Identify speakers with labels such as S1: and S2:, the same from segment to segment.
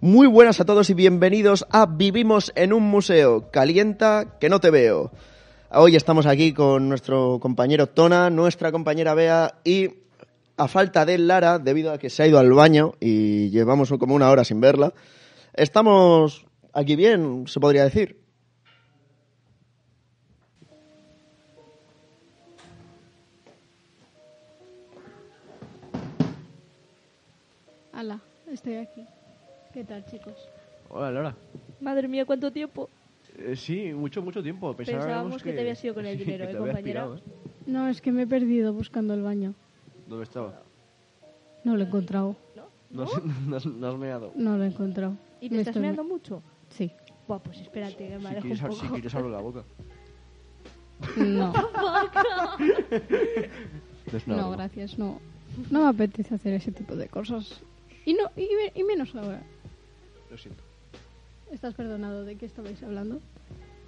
S1: Muy buenas a todos y bienvenidos a Vivimos en un museo. Calienta que no te veo. Hoy estamos aquí con nuestro compañero Tona, nuestra compañera Bea y a falta de Lara, debido a que se ha ido al baño y llevamos como una hora sin verla, estamos aquí bien, se podría decir.
S2: Ala, estoy aquí. ¿Qué tal, chicos?
S3: Hola, Lara.
S2: Madre mía, ¿cuánto tiempo?
S3: Eh, sí, mucho, mucho tiempo.
S2: Pensábamos, que... te habías ido con el
S3: Sí,
S2: dinero,
S3: que
S2: ¿eh,
S3: te habías
S2: compañera?
S3: pirado, ¿eh?
S4: No, es que me he perdido buscando el baño.
S3: ¿Dónde estaba?
S4: No lo he encontrado.
S3: No, has- no has, no has meado.
S4: No lo he encontrado.
S2: ¿Y te
S4: Me
S2: estás
S4: estoy-
S2: meando mucho?
S4: Sí.
S2: Buah, pues espérate, que me
S3: Si
S2: alejo
S3: quieres,
S2: un
S3: ab-
S2: poco.
S3: si quieres abro la boca.
S4: No,
S3: No, es nada,
S4: no,
S3: broma.
S4: gracias, no. No me apetece hacer ese tipo de cosas. Y no, y, me- y menos ahora.
S3: Lo siento.
S4: ¿Estás perdonado de qué estabais hablando?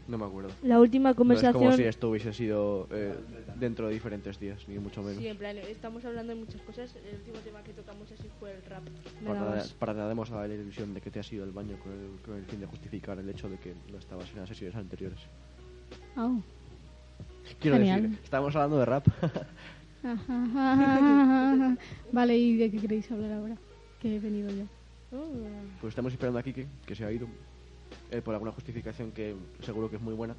S3: No me acuerdo.
S2: La última
S3: No es
S2: conversación...
S3: como si esto hubiese sido eh, dentro de diferentes días, ni mucho menos.
S2: Sí, en plan, estamos hablando de muchas cosas. El último tema que tocamos así fue el rap.
S3: Para
S2: Nada
S3: nada,
S2: más.
S3: para nada hemos dado la ilusión de que te has ido al baño con el, con el fin de justificar el hecho de que no estabas en las sesiones anteriores.
S4: Au.
S3: Quiero
S4: Genial.
S3: decir, estábamos hablando de rap.
S4: Ah, Vale, ¿y de qué queréis hablar ahora? Que he venido yo.
S2: Uh,
S3: pues estamos esperando a Kike, que se ha ido, eh, por alguna justificación que seguro que es muy buena.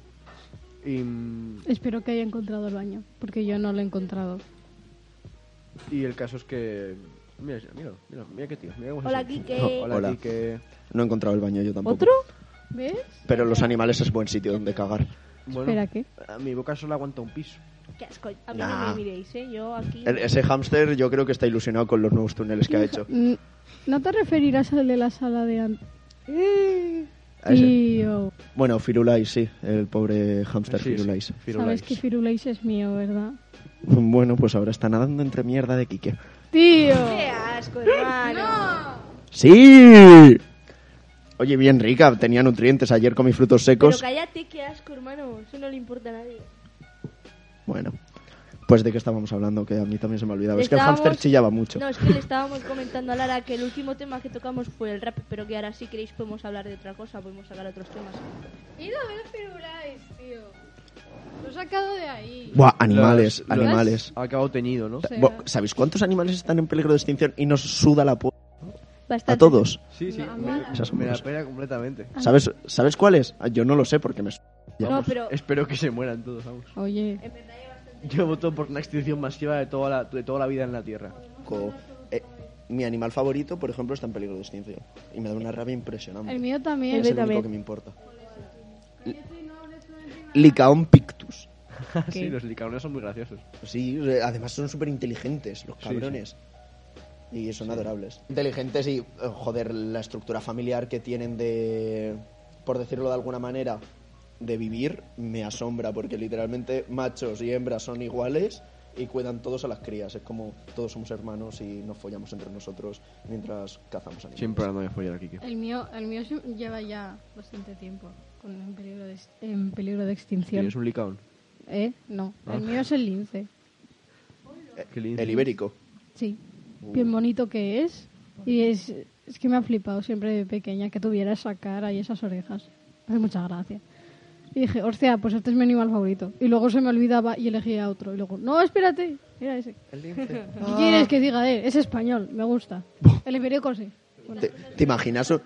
S3: Y, mm,
S4: Espero que haya encontrado el baño, porque yo no lo he encontrado.
S3: Y el caso es que. Mira, mira, mira, mira qué tío. Mira cómo se
S2: Hola,
S3: siente.
S2: Quique.
S3: hola,
S1: Hola.
S3: Quique.
S1: No he encontrado el baño yo tampoco.
S2: ¿Otro?
S4: ¿Ves?
S1: Pero los animales es buen sitio donde cagar.
S3: Bueno,
S4: Espera, ¿qué?
S3: a mi boca solo aguanta un piso.
S2: Qué asco. A mí no
S1: Nah.
S2: me miréis, ¿eh? Yo aquí...
S1: El- ese hámster yo creo que está ilusionado con los nuevos túneles que ha hecho.
S4: Mm, ¿No te referirás al de la sala de antes?
S1: A ese.
S4: Tío.
S1: Bueno, Firulais, sí, el pobre hámster
S3: Sí, sí,
S1: Firulais.
S3: Firulais.
S4: Sabes que Firulais es mío, ¿verdad?
S1: Bueno, pues ahora está nadando entre mierda de Quique.
S4: ¡Tío!
S2: ¡Qué asco,
S1: ¡Eh!
S2: hermano!
S1: ¡Sí! Oye, bien rica, tenía nutrientes. Ayer comí frutos
S2: Pero
S1: secos.
S2: cállate, qué asco, hermano. Eso no le importa a nadie.
S1: Bueno, pues de qué estábamos hablando, que a mí también se me olvidaba. Es que el
S2: Estábamos-
S1: hámster chillaba mucho.
S2: No, es que le estábamos comentando a Lara que el último tema que tocamos fue el rap, pero que ahora si queréis podemos hablar de otra cosa, podemos sacar otros temas.
S4: ¡Id a ver Firulais, tío! Lo he sacado de ahí.
S1: Buah, animales,
S3: Los- los-
S1: animales.
S3: Ha acabado teñido, ¿no?
S4: Sí.
S1: Bu- ¿Sabéis cuántos animales están en peligro de extinción y nos suda la po...
S2: Bastante.
S1: A todos.
S3: Sí, sí.
S4: No,
S3: me,
S4: mala.
S1: Esas son
S3: me la
S1: buenas.
S3: pega completamente.
S1: ¿Sabes, ¿Sabes cuáles? Ah, Yo no lo sé porque me... su-
S2: Ah. No,
S3: Vamos,
S2: pero-
S3: Espero que se mueran todos, vamos.
S4: Oye,
S3: Yo voto por una extinción masiva de toda la, de toda la vida en la Tierra.
S1: Co- eh, mi animal favorito, por ejemplo, está en peligro de extinción. Y me da una rabia impresionante.
S4: el mío también.
S1: es el
S2: también.
S1: único que me importa. Licaon pictus.
S3: sí, los licaones son muy graciosos.
S1: Sí, o sea, además son súper inteligentes los
S3: Sí,
S1: cabrones. Y son adorables. Inteligentes y, eh, joder, la estructura familiar que tienen de, por decirlo de alguna manera, de vivir, me asombra porque literalmente machos y hembras son iguales y cuidan todos a las crías. Es como todos somos hermanos y nos follamos entre nosotros mientras cazamos animales.
S3: Siempre hablando de follar a Kike.
S4: El mío, el mío sí lleva ya bastante tiempo con en peligro de, en peligro de extinción.
S3: Tienes un licaón.
S4: ¿Eh? No,
S3: Ah.
S4: el mío es el lince.
S3: Qué lindo.
S1: El ibérico.
S4: Sí, bien bonito que es. Y es, es que me ha flipado siempre de pequeña que tuviera esa cara y esas orejas. Me hace mucha gracia. Y dije, hostia, pues este es mi animal favorito. Y luego se me olvidaba y elegía otro. Y luego, no, espérate, era ese. ¿Qué quieres que diga de él? Es español, me gusta. El ibérico sí. Bueno,
S1: ¿Te, te imaginas un,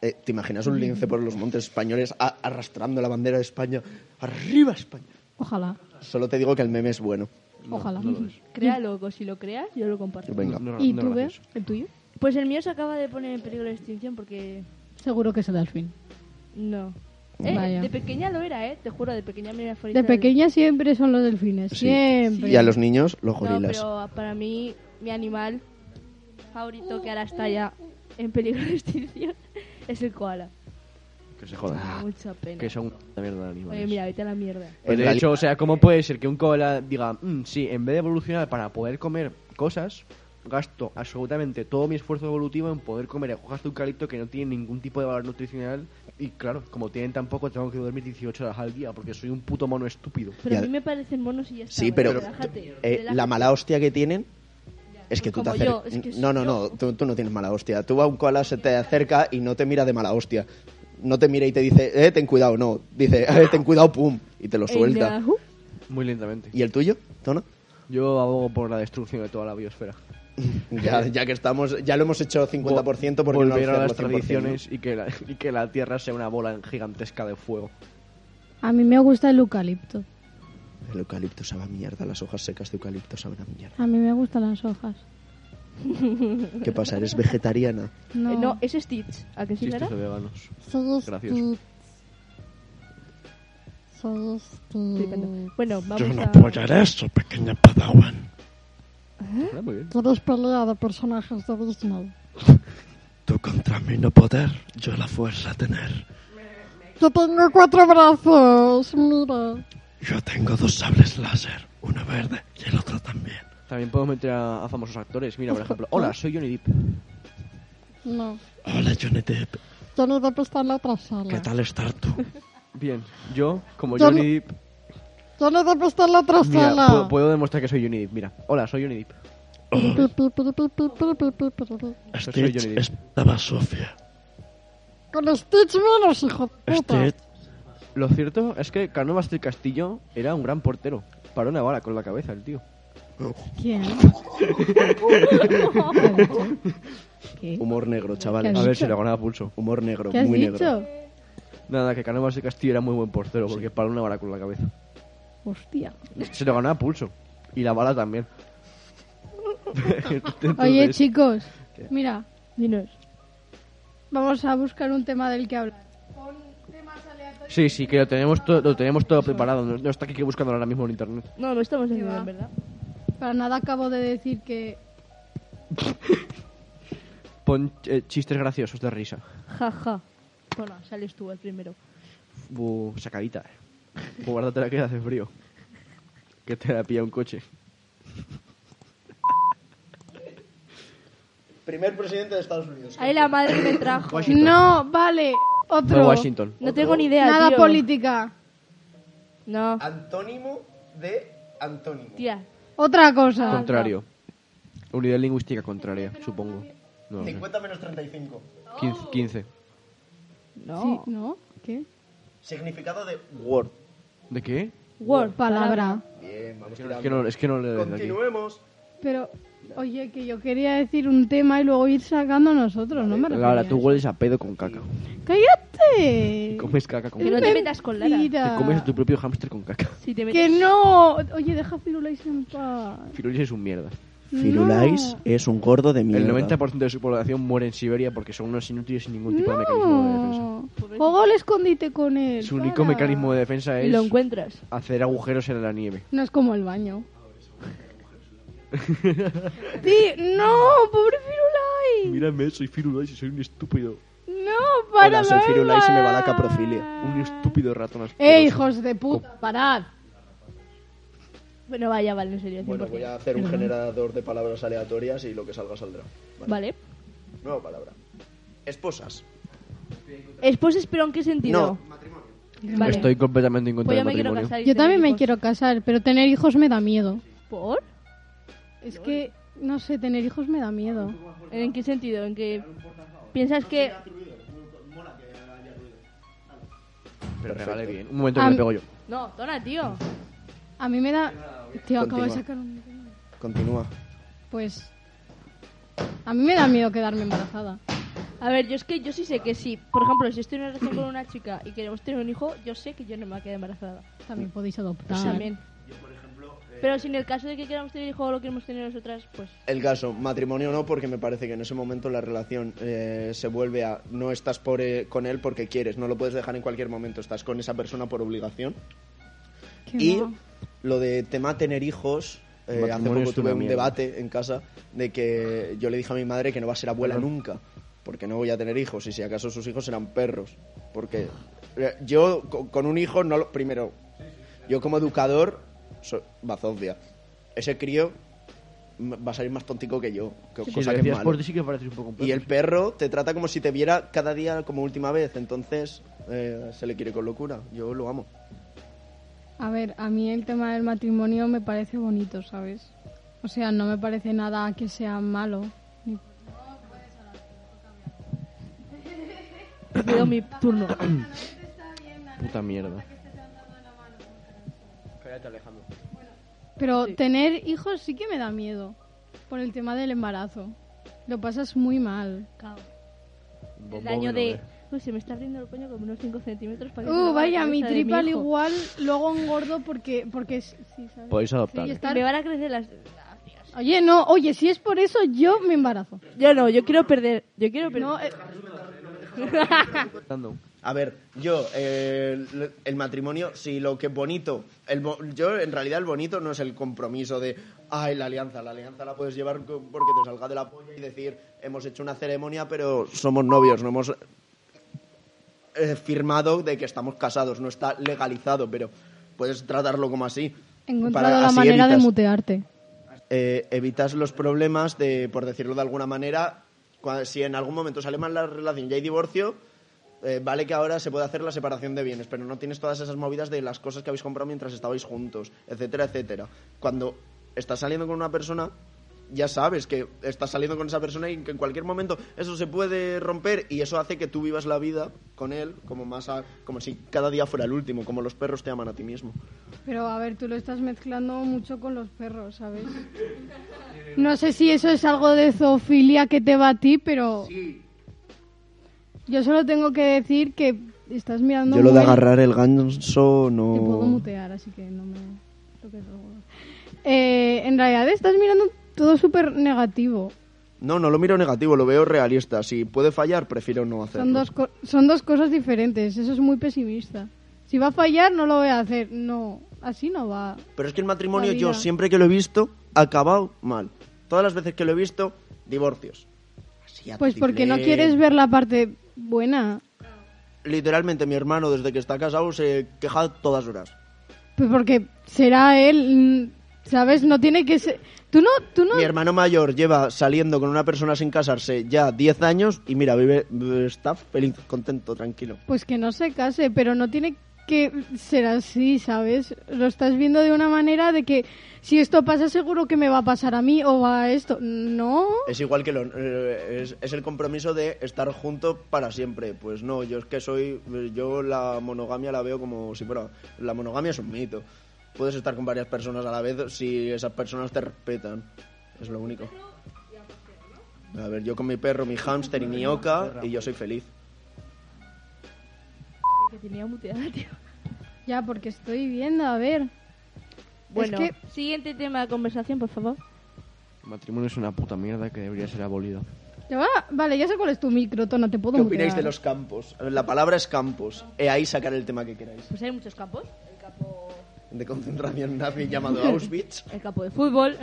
S1: eh, ¿Te imaginas un lince por los montes españoles a- arrastrando la bandera de España? ¡Arriba España!
S4: ojalá,
S1: Solo te digo que el meme es bueno.
S4: ojalá.
S3: No lo es.
S2: Créalo, o si lo creas, yo lo comparto.
S1: Venga.
S3: No- no-
S4: ¿Y
S3: no
S4: tú, Bea?
S3: gracioso.
S4: ¿El tuyo?
S2: Pues el mío se acaba de poner en peligro de extinción porque
S4: Seguro que se da el fin.
S2: no. Eh,
S4: Vaya.
S2: de pequeña lo era, ¿eh? Te juro, de pequeña me era favorita.
S4: De
S2: del-
S4: pequeña siempre son los delfines,
S1: Sí.
S4: siempre.
S1: Y a los niños, los
S2: No,
S1: gorilas.
S2: pero para mí, mi animal favorito que ahora está ya en peligro de extinción Es el koala.
S3: Que se
S1: Ah,
S3: joda.
S2: Mucha pena.
S3: Que son una mierda de animales.
S2: Ah, Oye, mira, vete a la mierda.
S3: Pues de
S1: En
S3: hecho,
S1: realidad-
S3: o sea, ¿cómo puede ser que un koala diga, "Mm, sí, en vez de evolucionar para poder comer cosas, gasto absolutamente todo mi esfuerzo evolutivo en poder comer hojas de eucalipto que no tienen ningún tipo de valor nutricional? Y claro, como tienen tampoco, tengo que dormir 18 horas al día porque soy un puto mono estúpido.
S2: Pero
S1: Ya.
S2: a mí me parecen monos y ya está.
S1: Sí,
S2: vale,
S1: pero
S2: relájate,
S1: eh, la
S2: relájate.
S1: mala hostia que tienen es que
S2: Pues
S1: tú te
S2: como
S1: acer-
S2: yo, es que
S1: No,
S2: soy
S1: no, no,
S2: yo.
S1: tú, tú no tienes mala hostia. Tú a un koala se te acerca y no te mira de mala hostia. No te mira y te dice, eh, ten cuidado, no. Dice, eh, ten cuidado, pum, y te lo
S2: Ey,
S1: suelta.
S2: Nahu.
S3: Muy lentamente.
S1: ¿Y el tuyo, Tona?
S3: Yo abogo por la destrucción de toda la biosfera.
S1: Ya, ya que estamos, ya lo hemos hecho 50% porque no
S3: Eh, Volver
S1: hacerlo
S3: a las
S1: 100%, ¿no?
S3: tradiciones y que, la, y que la Tierra sea una bola gigantesca de fuego.
S4: A mí me gusta el eucalipto.
S1: El eucalipto sabe a mierda, las hojas secas de eucalipto saben a mierda.
S4: A mí me gustan las hojas.
S1: ¿Qué pasa? ¿Eres vegetariana?
S4: No,
S2: Eh, no, es Stitch. ¿A que sí, Lara?
S3: Chistes de veganos.
S5: Soy
S3: Gracioso.
S5: Stitch. Soy Stitch.
S2: Flipando. Bueno, vamos
S6: Yo no
S2: a...
S6: apoyaré eso, pequeña Padawan.
S3: Ah,
S4: ¿Eh?
S3: muy bien.
S5: ¿Quieres pelea de personajes de Disney?
S6: Tú contra mí no poder, yo la fuerza tener.
S5: Yo tengo cuatro brazos, mira.
S6: Yo tengo dos sables láser, uno verde y el otro también.
S3: También podemos meter a, a famosos actores. Mira, por ejemplo, hola, soy Johnny Depp.
S5: No,
S6: Hola Johnny Depp,
S5: Johnny Depp está en la otra
S6: ¿qué
S5: sala.
S6: tal estar tú?
S3: Bien, yo, como
S5: Yo
S3: Johnny Depp,
S5: Johnny Depp está en la otra
S3: mira, puedo,
S5: sala.
S3: puedo demostrar que soy Johnny Depp. Mira, hola, soy Johnny Depp.
S5: Pi, pi, pi, pi, pi, pi, pi, pi, pi, pi.
S3: Pues soy
S6: Stitch
S3: Johnny Depp.
S6: estaba Sofía.
S5: Con Stitch menos, hijo de puta.
S6: Stitch,
S3: Lo cierto es que Canovas del Castillo era un gran portero. Paró una bala con la cabeza, el tío.
S4: ¿Quién? ¿Qué?
S1: Humor negro,
S4: ¿Qué
S1: chavales.
S4: has
S3: A ver
S4: dicho?
S3: si le ganaba pulso.
S1: Humor negro,
S4: ¿Qué has
S1: muy
S4: dicho?
S1: negro.
S3: Nada, que Canovas del Castillo era muy buen portero porque paró una bala con la cabeza.
S4: Hostia.
S3: Se lo ganaba pulso. Y la bala también. Entonces,
S4: Oye, chicos, mira,
S2: Dinos.
S4: vamos a buscar un tema del que hablar.
S3: Sí, sí, que lo tenemos, todo, lo tenemos todo preparado. No, no está aquí que buscándolo ahora mismo en internet.
S2: No, no estamos en
S4: va.
S2: nada, ¿verdad?
S4: Para nada acabo de decir que
S3: Pon eh, chistes graciosos de risa.
S2: Ja, ja. Bueno, sales tú el primero.
S3: Bu, sacadita. Bu, Pues guárdatela que hace frío. Que te la pilla un coche.
S1: Primer presidente de Estados Unidos.
S2: Ay, la madre que me trajo.
S4: Pues
S3: Washington.
S4: no, vale, otro.
S3: Fue Washington.
S2: No tengo ni idea,
S4: Nada
S2: tío.
S4: política.
S2: No.
S1: Antónimo de antónimo.
S2: Tira.
S4: Otra cosa.
S2: Ah,
S3: Contrario. Unidad lingüística contraria, supongo. No, lo sé.
S1: menos 35.
S3: 15. 15.
S4: Sí,
S2: No.
S4: ¿no? ¿Qué?
S1: Significado de Word.
S3: ¿De qué?
S2: Word.
S4: Palabra.
S1: Bien, vamos
S3: Es que no, es que no le doy de aquí.
S4: Pero, oye, que yo quería decir un tema y luego ir sacando nosotros, ¿no me
S3: Laura,
S4: refería
S3: tú
S4: a eso.
S3: hueles a pedo con caca.
S4: ¡Cállate!
S3: Comes caca con
S2: Que no
S3: caca.
S2: te metas con Lara.
S4: Mentira.
S3: Te comes a tu propio hámster con caca.
S2: Si te
S4: ¡Que
S2: metes...
S4: no! Oye, deja Firulais en paz.
S3: Firulis es un mierda.
S1: Firulais es un gordo de mierda.
S3: El 90% de su población muere en Siberia porque son unos inútiles sin ningún tipo de mecanismo de defensa.
S4: No. Juego al escondite con él.
S3: Su único
S4: para.
S3: mecanismo de defensa
S2: Y lo
S3: es
S2: encuentras.
S3: hacer agujeros en la nieve.
S4: No es como el baño. Ti- no, pobre Firulais.
S3: Mírame, soy Firulais y soy un estúpido.
S4: No, para.
S1: Hola, soy
S4: Laura.
S1: Firulais y me va la caprofilia.
S3: Un estúpido ratón asqueroso.
S4: ¡Eh, hijos de puta! ¡Parad!
S2: Bueno, vaya, vale, en serio. 100%.
S1: hacer un generador de palabras aleatorias y lo que salga saldrá.
S2: Vale.
S1: Nueva palabra. Esposas.
S2: Esposas, pero ¿en qué sentido?
S1: No,
S2: Vale.
S3: Estoy completamente en contra
S2: Pues yo
S3: del
S2: me quiero
S3: matrimonio.
S2: casar. y
S4: Yo
S2: tener
S4: también me
S2: hijos.
S4: quiero casar, pero tener hijos me da miedo.
S2: ¿Por?
S4: Es que, no sé, tener hijos me da miedo.
S2: ¿En qué sentido? ¿En qué piensas que
S3: Pero regale bien. Un momento que
S4: Am-
S3: me pego yo.
S2: no, Tona, tío?
S4: A mí me da... Tío, acabo de
S1: Continúa.
S4: sacar un...
S1: Continúa.
S4: Pues... A mí me da miedo quedarme embarazada.
S2: A ver, yo es que yo sí sé que si, por ejemplo, si estoy en una relación con una chica y queremos tener un hijo, yo sé que yo no me voy a quedar embarazada.
S4: También podéis
S1: Pues
S4: adoptar.
S2: También. Pero si en el caso de que queramos tener hijo o lo queremos tener nosotras, pues
S1: El caso, matrimonio no, porque me parece que en ese momento la relación eh, se vuelve a no estás por, eh, con él porque quieres, no lo puedes dejar en cualquier momento, estás con esa persona por obligación.
S4: Qué
S1: Y
S4: guau.
S1: lo de tema tener hijos, eh, hace
S3: Matrimonio
S1: poco
S3: es una
S1: tuve un
S3: mierda.
S1: debate en casa de que yo le dije a mi madre que no va a ser abuela nunca. porque no voy a tener hijos y si acaso sus hijos serán perros. Porque eh, yo co- con un hijo no lo... Primero, yo como educador, so- bazofia. Ese crío m- va a salir más tontico que yo, co-
S3: Si
S1: cosa
S3: lo
S1: que es
S3: decías
S1: malo.
S3: por ti sí que pareces un poco un
S1: Y el
S3: perro.
S1: perro te trata como si te viera cada día como última vez, entonces eh, se le quiere con locura. Yo lo amo.
S4: A ver, a mí el tema del matrimonio me parece bonito, ¿sabes? O sea, no me parece nada que sea malo. ni-
S2: Te pido mi turno.
S3: Puta mierda. Cállate, Alejandro.
S4: Pero tener hijos sí que me da miedo por el tema del embarazo. Lo pasas muy mal.
S2: El daño de... Uy, se me está abriendo el coño como unos 5 centímetros para que se me
S4: Uh,
S2: haga la
S4: vaya, mi
S2: cabeza de
S4: tripa al
S2: hijo.
S4: igual luego engordo porque porque es- sí, ¿sabes?
S7: Podéis adoptar.
S4: Sí,
S3: ¿eh?
S2: Y
S4: estar-
S2: Me van a crecer las...
S4: Oye, no, oye, si es por eso yo me embarazo.
S2: Yo no, yo quiero perder... Yo quiero perder...
S4: No, eh,
S1: A ver, yo, eh, el, el matrimonio, si lo que es bonito, el, bo- yo en realidad el bonito no es el compromiso de, ay, la alianza, la alianza la puedes llevar co- porque te salga de la polla y decir, hemos hecho una ceremonia, pero somos novios, no hemos eh, firmado de que estamos casados, no está legalizado, pero puedes tratarlo como así.
S4: he
S1: Para-
S4: encontrado la
S1: así
S4: manera de
S1: evitas-
S4: mutearte.
S1: eh, evitas los problemas de, por decirlo de alguna manera, cua- si en algún momento sale mal la relación y hay divorcio, eh, vale que ahora se puede hacer la separación de bienes, pero no tienes todas esas movidas de las cosas que habéis comprado mientras estabais juntos, etcétera, etcétera. Cuando estás saliendo con una persona, ya sabes que estás saliendo con esa persona y que en cualquier momento eso se puede romper y eso hace que tú vivas la vida con él como más a- como si cada día fuera el último, como los perros te aman a ti mismo.
S4: Pero a ver, tú lo estás mezclando mucho con los perros, ¿sabes? No sé si eso es algo de zoofilia que te va a ti, pero... Yo solo tengo que decir que estás mirando... muy-
S1: el ganso
S4: Te puedo mutear, así que no me toques los huevos. Eh, en realidad estás mirando todo súper negativo.
S1: No, no lo miro negativo, lo veo realista. Si puede fallar, prefiero no hacerlo.
S4: Son dos, co- son dos cosas diferentes. Eso es muy pesimista. Si va a fallar, no lo voy a hacer. No, así no va.
S1: Pero es que el matrimonio
S4: La
S1: yo
S4: vida.
S1: siempre que lo he visto ha acabado mal. Todas las veces que lo he visto, divorcios. Así a
S4: Pues porque no
S1: triple. E.
S4: quieres ver la parte buena.
S1: Literalmente mi hermano desde que está casado se queja todas horas.
S4: Pues porque será él, mm, ¿sabes? No tiene que ser... Tú no, tú no...
S1: Mi hermano mayor lleva saliendo con una persona sin casarse ya 10 años y mira, vive está feliz, contento, tranquilo.
S4: Pues que no se case, pero no tiene que ser así, ¿sabes? Lo estás viendo de una manera de que si esto pasa seguro que me va a pasar a mí o va a esto. No.
S1: Es igual que lo, eh, es, es el compromiso de estar juntos para siempre. Pues no, yo es que soy. Yo la monogamia la veo como si fuera. La monogamia es un mito. Puedes estar con varias personas a la vez si esas personas te respetan. Es lo único. A ver, yo con mi perro, mi hámster y mi oca, y yo soy feliz.
S2: Que tenía muteada, tío.
S4: Ya, porque estoy viendo, a ver.
S2: Bueno,
S4: Es que
S2: siguiente tema de conversación, por favor.
S3: El matrimonio es una puta mierda que debería ser abolido.
S4: Ya va- ah, Vale, ya sé cuál es tu micro, Tona, te puedo
S1: ¿Qué opináis
S4: mutear.
S1: de los campos? La palabra es campos. He ahí sacar el tema que queráis.
S2: Pues hay muchos campos. El campo,
S1: De concentración nazi llamado Auschwitz.
S2: el campo de fútbol.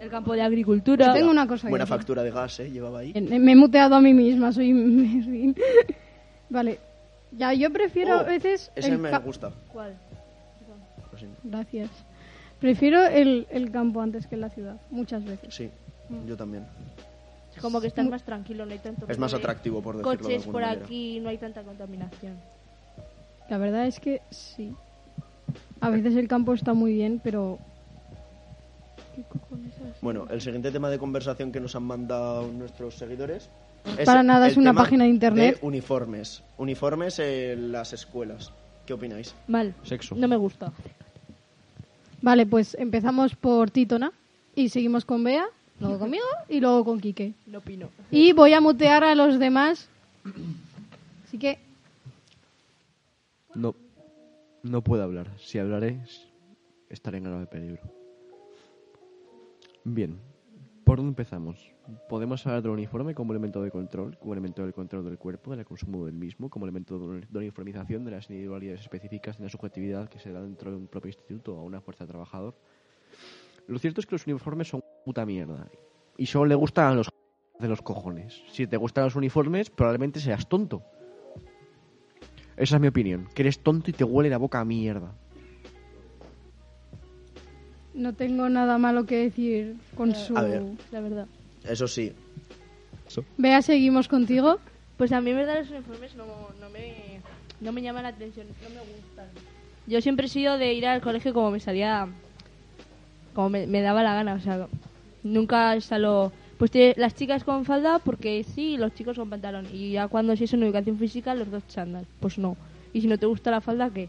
S2: El campo de agricultura.
S4: Yo tengo una cosa que
S1: Buena
S4: decir.
S1: factura de gas, ¿eh? Llevaba ahí.
S4: Eh, Me he muteado a mí misma, soy imbécil. vale. Ya, yo prefiero a
S1: Oh,
S4: veces...
S1: Ese
S4: el
S1: me
S4: ca-
S1: gusta.
S2: ¿Cuál?
S1: Lo siento.
S4: Gracias. Prefiero el, el campo antes que la ciudad, muchas veces.
S1: Sí,
S4: Mm.
S1: yo también.
S2: Es como que estás más tranquilo, no hay tanto...
S1: Es más
S2: coche-
S1: atractivo, por decirlo de
S2: Coches
S1: alguna
S2: por
S1: manera.
S2: aquí, no hay tanta contaminación.
S4: La verdad es que sí. A veces el campo está muy bien, pero... ¿Qué cojones es?
S1: Bueno, el siguiente tema de conversación que nos han mandado nuestros seguidores es
S4: Para nada, es
S1: el
S4: una
S1: tema
S4: página de internet.
S1: de uniformes. Uniformes en las escuelas. ¿Qué opináis?
S2: Mal.
S3: Sexo.
S2: No me gusta.
S4: Vale, pues empezamos por Títona y seguimos con Bea, luego conmigo y luego con Quique.
S2: No opino.
S4: Y voy a mutear a los demás. Así que,
S3: No. No puedo hablar. Si hablaré, s- estaré en grave peligro. Bien. ¿Por dónde empezamos? Podemos hablar del uniforme como elemento de control, como elemento del control del cuerpo, del consumo del mismo, como elemento de uni- de uniformización de las individualidades específicas de la subjetividad que se da dentro de un propio instituto o una fuerza de trabajador. Lo cierto es que los uniformes son puta mierda y solo le gustan a los de los cojones. Si te gustan los uniformes, probablemente seas tonto. Esa es mi opinión. Que eres tonto y te huele la boca a mierda.
S4: No tengo nada malo que decir con su...
S1: Eh, A ver.
S2: la verdad.
S1: Eso sí.
S4: Vea, seguimos contigo.
S2: Pues a mí, en verdad, los uniformes no, no, me, no me llaman la atención, no me gustan. Yo siempre he sido de ir al colegio como me salía. como me, me daba la gana, o sea, nunca está lo. Pues te- las chicas con falda porque sí, y los chicos con pantalón. Y ya cuando sí es en educación física, los dos chándal. Pues no. Y si no te gusta la falda, ¿qué?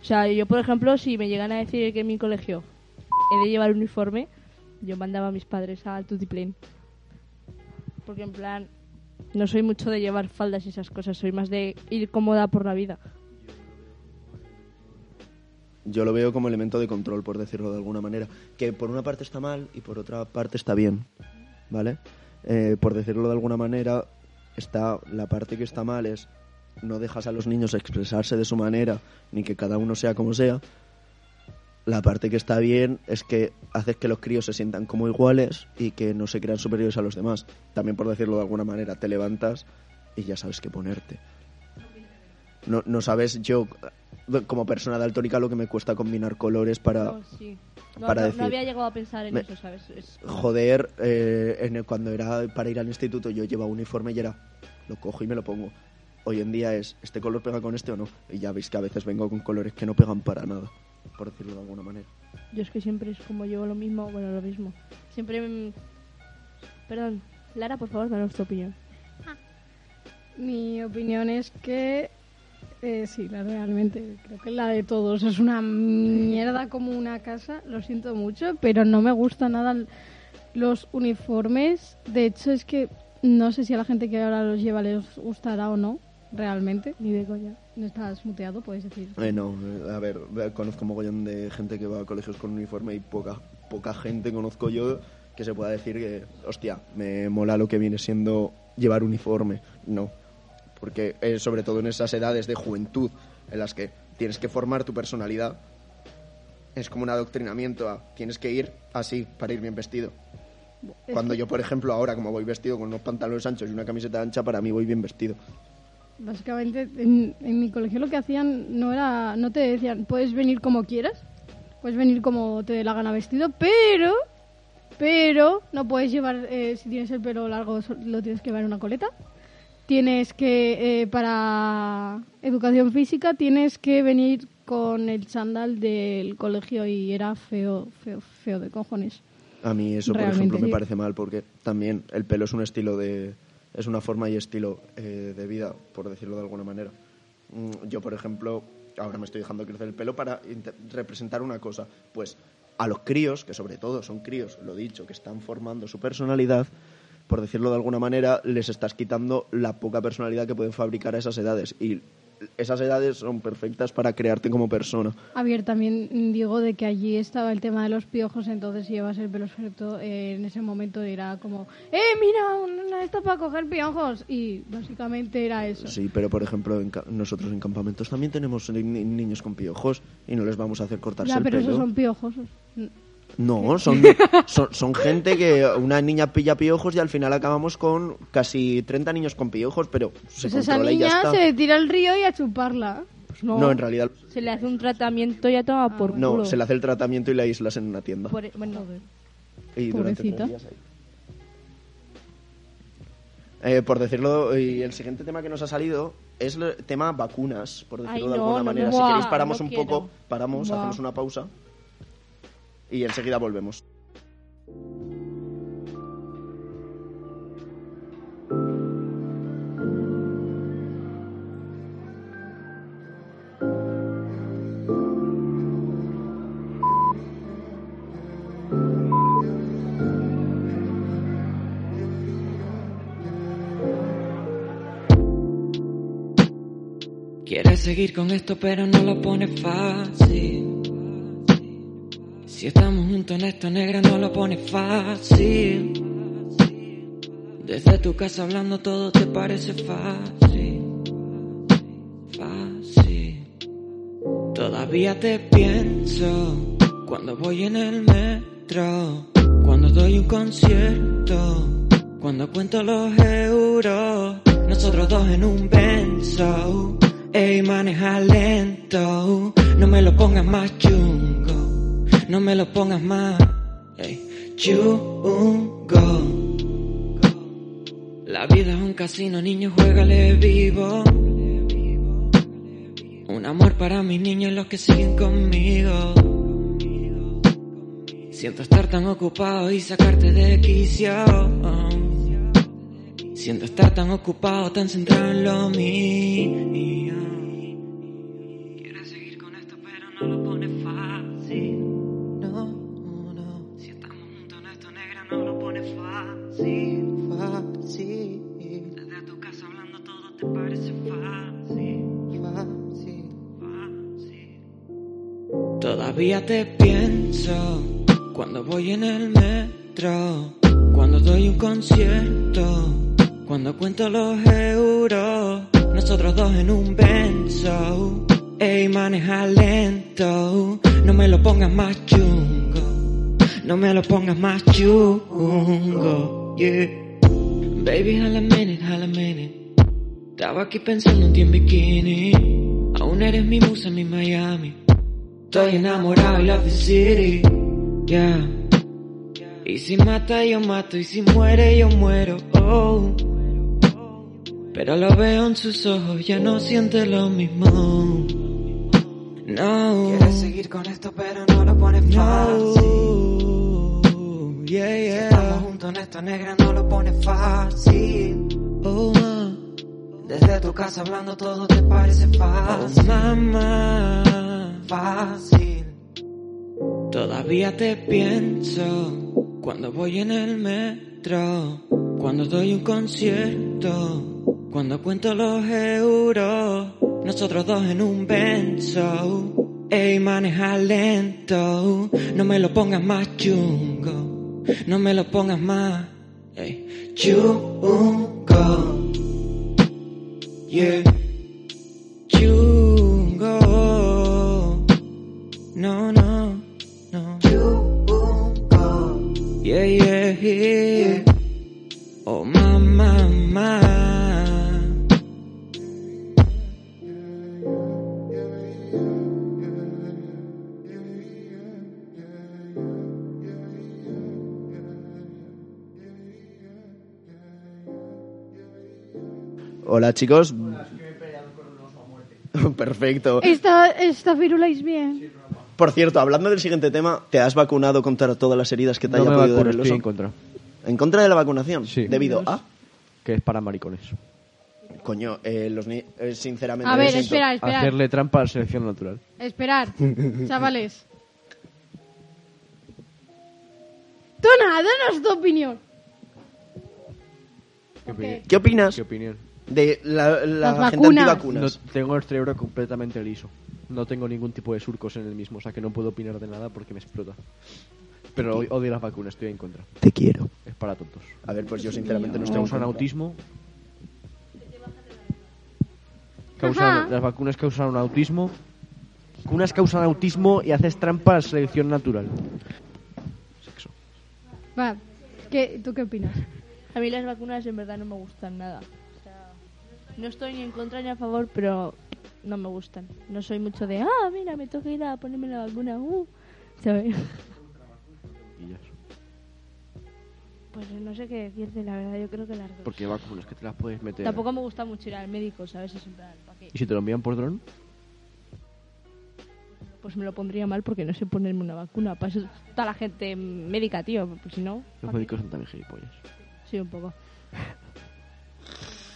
S2: O sea, yo, por ejemplo, si me llegan a decir que en mi colegio he de llevar uniforme, yo mandaba a mis padres al tutiplén. Porque en plan, no soy mucho de llevar faldas y esas cosas, soy más de ir cómoda por la vida.
S1: Yo lo veo como elemento de control, por decirlo de alguna manera. Que por una parte está mal y por otra parte está bien. ¿Vale? Eh, por decirlo de alguna manera, está la parte que está mal es no dejas a los niños expresarse de su manera, ni que cada uno sea como sea. La parte que está bien es que haces que los críos se sientan como iguales y que no se crean superiores a los demás. También por decirlo de alguna manera, te levantas y ya sabes qué ponerte. No, no sabes yo, como persona daltónica, lo que me cuesta combinar colores para...
S2: No, Oh, sí.
S1: Ah,
S2: No,
S1: para
S2: no- no
S1: decir-
S2: había llegado a pensar en
S1: Me-
S2: eso, ¿sabes? Es-
S1: joder, eh, en el- cuando era para ir al instituto yo llevaba uniforme y era, lo cojo y me lo pongo. Hoy en día es, ¿este color pega con este o no? Y ya veis que a veces vengo con colores que no pegan para nada, por decirlo de alguna manera.
S2: Yo es que siempre es como llevo lo mismo, bueno, lo mismo. Siempre... mm, Perdón, Lara, por favor, danos tu opinión.
S4: Mi opinión es que eh, sí, la- realmente creo que la de todos es una mierda como una casa, lo siento mucho, pero no me gusta nada l- los uniformes. De hecho, es que no sé si a la gente que ahora los lleva les gustará o no, realmente.
S2: Ni de coña.
S4: No estás muteado, puedes decir.
S1: Eh, no, eh, a ver, eh, conozco mogollón de gente que va a colegios con uniforme y poca, poca gente conozco yo que se pueda decir que, hostia, me mola lo que viene siendo llevar uniforme. No, porque eh, sobre todo en esas edades de juventud en las que tienes que formar tu personalidad, es como un adoctrinamiento a tienes que ir así para ir bien vestido. Cuando yo, por ejemplo, ahora como voy vestido con unos pantalones anchos y una camiseta ancha, para mí voy bien vestido.
S4: Básicamente, en, en mi colegio lo que hacían no era, no te decían, puedes venir como quieras, puedes venir como te dé la gana vestido, pero, pero no puedes llevar, eh, si tienes el pelo largo, so- lo tienes que llevar en una coleta. Tienes que, eh, para educación física, tienes que venir con el chándal del colegio y era feo, feo, feo de cojones.
S1: A mí eso, por
S4: Realmente,
S1: ejemplo, me
S4: sí.
S1: parece mal porque también el pelo es un estilo de... Es una forma y estilo eh, de vida, por decirlo de alguna manera. Mm, Yo, por ejemplo, ahora me estoy dejando crecer el pelo para inte- representar una cosa. Pues a los críos, que sobre todo son críos, lo dicho, que están formando su personalidad, por decirlo de alguna manera, les estás quitando la poca personalidad que pueden fabricar a esas edades. Y esas edades son perfectas para crearte como persona.
S4: A ver, también digo de que allí estaba el tema de los piojos, entonces si llevas el pelo suelto, eh, en ese momento era como, ¡eh, mira, una de estas para coger piojos! Y básicamente era eso.
S1: Sí, pero por ejemplo, en ca- nosotros en campamentos también tenemos ni- ni- niños con piojos y no les vamos a hacer cortarse
S4: ya, pero
S1: el pelo.
S4: esos son piojos.
S1: No, son, son, son gente que una niña pilla piojos y al final acabamos con casi 30 niños con piojos, pero se
S4: Pues esa
S1: controla y ya
S4: niña
S1: está.
S4: se tira al río y a chuparla. Pues
S2: no.
S1: No, en realidad
S2: Se le hace un tratamiento y ya toma por
S1: no,
S2: culo.
S1: se le hace el tratamiento y la aíslas en una tienda.
S2: Por- bueno,
S1: Y durante tres
S4: Pobrecita.
S1: días ahí. Eh, por decirlo, y el siguiente tema que nos ha salido es el tema vacunas, por decirlo
S2: Ay,
S1: de
S2: no,
S1: alguna
S2: no me
S1: manera. si
S2: gusta,
S1: queréis paramos
S2: no
S1: un
S2: quiero.
S1: poco, paramos,
S4: Buah.
S1: hacemos una pausa y enseguida volvemos.
S7: Quieres seguir con esto pero no lo pones fácil. Si estamos juntos en esto, negra, no lo pones fácil. Desde tu casa hablando todo te parece fácil. Fácil. Todavía te pienso cuando voy en el metro, cuando doy un concierto, Cuando cuento los euros, nosotros dos en un benzo. Ey, maneja lento, no me lo pongas más chungo, no me lo pongas más ey, chungo. La vida es un casino, niño, juégale vivo. Un amor para mis niños y los que siguen conmigo. Siento estar tan ocupado y sacarte de quicio. Siento estar tan ocupado, tan centrado en lo mío. Quieres seguir con esto, pero no lo pones fácil. No, no. Si estamos juntos en esto, negra, no lo pones fácil. Fácil. Desde tu casa hablando todo te parece fácil. Fácil. Fácil. Todavía te pienso cuando voy en el metro, cuando doy un concierto, cuando cuento los euros, nosotros dos en un benzo. Ey, maneja lento, no me lo pongas más chungo, no me lo pongas más chungo, yeah. Baby, jala minute, jala minute. Estaba aquí pensando en ti en bikini, aún eres mi musa, mi Miami. Estoy enamorado y love the city. Yeah. Y si mata yo mato y si muere yo muero. Oh. Pero lo veo en sus ojos, ya no siente lo mismo. No. Quieres seguir con esto pero no lo pones fácil. Yeah, yeah. Si estamos juntos en esto negra no lo pones fácil. Oh, ma. Desde tu casa hablando todo te parece fácil. Oh, mamá. Fácil. Todavía te pienso cuando voy en el metro, cuando doy un concierto, cuando cuento los euros, nosotros dos en un benzo. Ey, maneja lento, no me lo pongas más chungo, no me lo pongas más ey, chungo. Yeah, chungo. No, no, no. Yeah, yeah, yeah. Oh, my, my, my.
S1: Hola, chicos. Perfecto.
S4: Esta, esta viruláis bien.
S1: Por cierto, hablando del siguiente tema, ¿te has vacunado contra todas las heridas que te
S3: No
S1: haya
S3: me
S1: podido dar
S3: vacuno,
S1: el
S3: estoy
S1: oso?
S3: en contra.
S1: ¿En contra de la vacunación?
S3: Sí.
S1: Debido a...
S3: Que es para maricones.
S1: Coño, eh, los ni- eh, sinceramente...
S4: A
S1: lo
S4: ver,
S1: siento.
S4: Ah, espera, esperar,
S3: Hacerle trampa a la selección natural.
S4: esperar. Chavales. Tona, danos tu opinión.
S3: ¿Qué,
S4: opini-
S1: ¿Qué opinas
S3: ¿Qué opinión?
S1: de la, la
S4: Las
S1: gente
S4: vacunas.
S3: No,
S1: antivacunas?
S3: tengo el cerebro completamente liso. No tengo ningún tipo de surcos en el mismo, o sea que no puedo opinar de nada porque me explota. Pero hoy odio las vacunas, estoy en contra.
S1: Te quiero.
S3: Es para tontos.
S1: A ver, pues yo sinceramente no estoy... en
S3: Causan
S1: contra.
S3: autismo. Causan- las vacunas causan autismo. Unas causan autismo y haces trampa a la selección natural.
S4: Va, ¿qué, ¿tú qué opinas?
S2: A mí las vacunas en verdad no me gustan nada. O sea, no estoy ni en contra ni a favor, pero no me gustan. No soy mucho de, ah, mira, me toca ir a ponerme la vacuna. Uh, ¿sabes? Pues no sé qué decirte, la verdad, yo creo que las dos.
S3: Porque vacunas que te las puedes meter.
S2: Tampoco me gusta mucho ir al médico, ¿sabes? Es en plan, ¿para qué?
S3: ¿Y si te lo envían por dron?
S2: Pues me lo pondría mal porque no sé ponerme una vacuna. Para eso está la gente médica, tío. Pues si no,
S3: Los
S2: ¿pa' qué?
S3: médicos son también gilipollas.
S2: sí, un poco.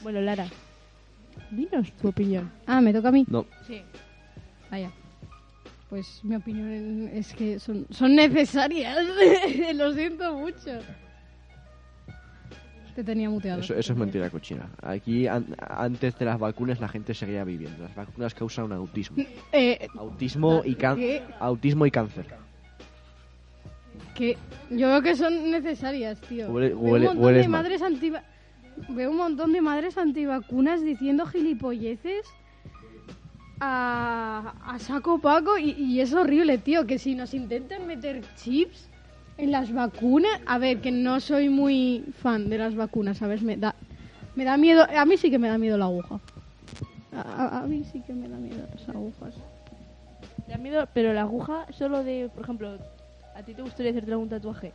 S2: Bueno, Lara, dinos tu opinión. Ah,
S4: Ah, me toca a mí.
S3: No,
S2: Sí.
S4: Vaya. Pues mi opinión es que son, son necesarias. Lo siento mucho. Te tenía muteado.
S3: eso, eso es mentira cochina. Aquí, an- antes de las vacunas, la gente seguía viviendo. Las vacunas causan autismo.
S4: Eh,
S3: Autismo y, can-
S4: ¿Qué?
S3: autismo y cáncer.
S4: que yo veo que son necesarias, tío.
S3: Huele-
S4: Veo
S3: huele-
S4: un montón
S3: hueles
S4: de
S3: mal.
S4: madres antiva- Veo un montón de madres antivacunas diciendo gilipolleces a, a saco paco y, y es horrible, tío, que si nos intentan meter chips En las vacunas, a ver, que no soy muy fan de las vacunas, ¿sabes? Me da, me da miedo, a mí sí que me da miedo la aguja. A, a- a mí sí que me da miedo las agujas.
S2: Te da miedo, pero la aguja solo de, por ejemplo, ¿a ti te gustaría hacerte algún tatuaje?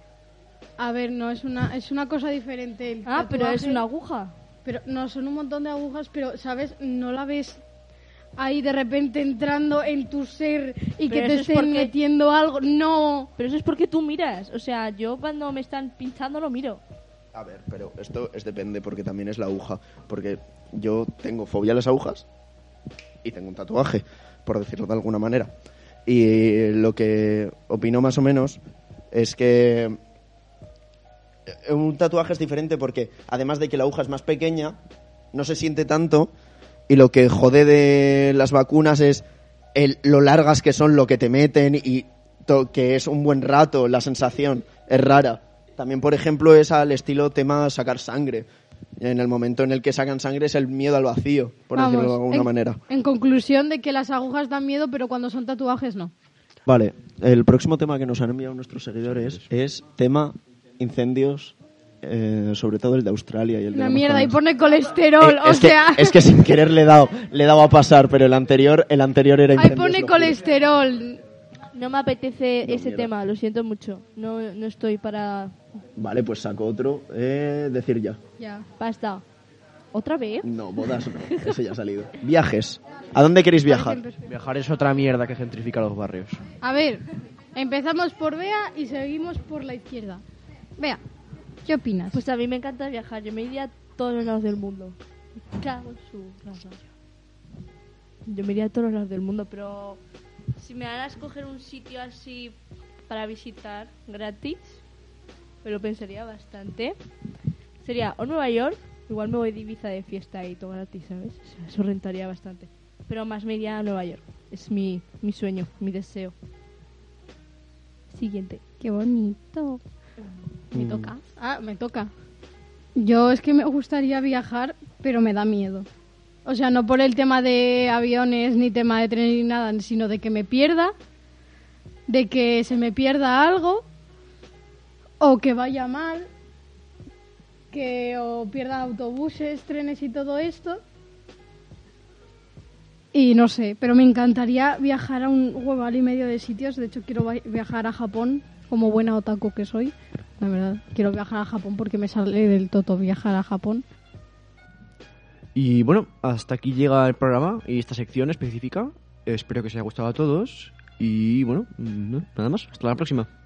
S4: A ver, no, es una, es una cosa diferente. el
S2: Ah, pero es
S4: tatuaje.
S2: una aguja.
S4: Pero no, son un montón de agujas, pero, ¿sabes? No la ves ahí de repente entrando en tu ser y
S2: Pero
S4: que
S2: eso
S4: te
S2: es
S4: estén
S2: porque-
S4: metiendo algo. No.
S2: Pero eso es porque tú miras. O sea, yo cuando me están pinchando lo miro.
S1: A ver, pero esto es depende porque también es la aguja. Porque yo tengo fobia a las agujas y tengo un tatuaje, por decirlo de alguna manera. Y lo que opino más o menos es que eh, un tatuaje es diferente porque además de que la aguja es más pequeña, no se siente tanto y lo que jode de las vacunas es el, lo largas que son, lo que te meten y to- que es un buen rato, la sensación es rara. También, por ejemplo, es al estilo tema sacar sangre. En el momento en el que sacan sangre es el miedo al vacío, por
S4: Vamos,
S1: decirlo de alguna
S4: en-
S1: manera.
S4: En conclusión de que las agujas dan miedo, pero cuando son tatuajes no.
S1: Vale, el próximo tema que nos han enviado nuestros seguidores es tema incendios, eh, sobre todo el de Australia y el de
S4: Una
S1: la
S4: mierda, y
S1: Amazonas.
S4: pone colesterol,
S1: Eh,
S4: o
S1: es
S4: sea,
S1: que, es que sin querer le he dado, le he dado a pasar, pero el anterior, el anterior era
S4: ahí
S1: incendios,
S4: pone
S1: lo juro.
S4: colesterol.
S2: No me apetece
S1: No,
S2: ese
S1: mierda.
S2: tema, lo siento mucho. No, no estoy para
S1: Vale, pues saco otro. Eh, decir ya.
S4: Ya.
S2: pasta. ¿Otra vez?
S1: No, bodas no. Eso ya ha salido. Viajes. ¿A dónde queréis viajar?
S3: Viajar es otra mierda que gentrifica los barrios.
S4: A ver, empezamos por Bea y seguimos por la izquierda. Bea, ¿qué opinas?
S2: Pues a mí me encanta viajar. Yo me iría a todos los lados del mundo. Me Cago en su raza. Yo me iría a todos los lados del mundo, pero si me dan a escoger un sitio así para visitar gratis, me lo pensaría bastante. Sería o Nueva York, igual me voy de Ibiza de fiesta y todo gratis, ¿sabes? O sea, eso rentaría bastante. Pero más me iría a Nueva York. Es mi, mi sueño, mi deseo. Siguiente.
S4: qué bonito. Me toca. Ah, me toca. Yo es que me gustaría viajar, pero me da miedo. O sea, no por el tema de aviones, ni tema de tren, ni nada, sino de que me pierda, de que se me pierda algo, o que vaya mal, que o pierda autobuses, trenes y todo esto. Y no sé, pero me encantaría viajar a un hueval y medio de sitios. De hecho, quiero vai- viajar a Japón, como buena otaku que soy. La verdad, quiero viajar a Japón porque me sale del toto viajar a Japón.
S3: Y bueno, hasta aquí llega el programa y esta sección específica. Espero que os haya gustado a todos. Y bueno, mm, nada más. Hasta la próxima.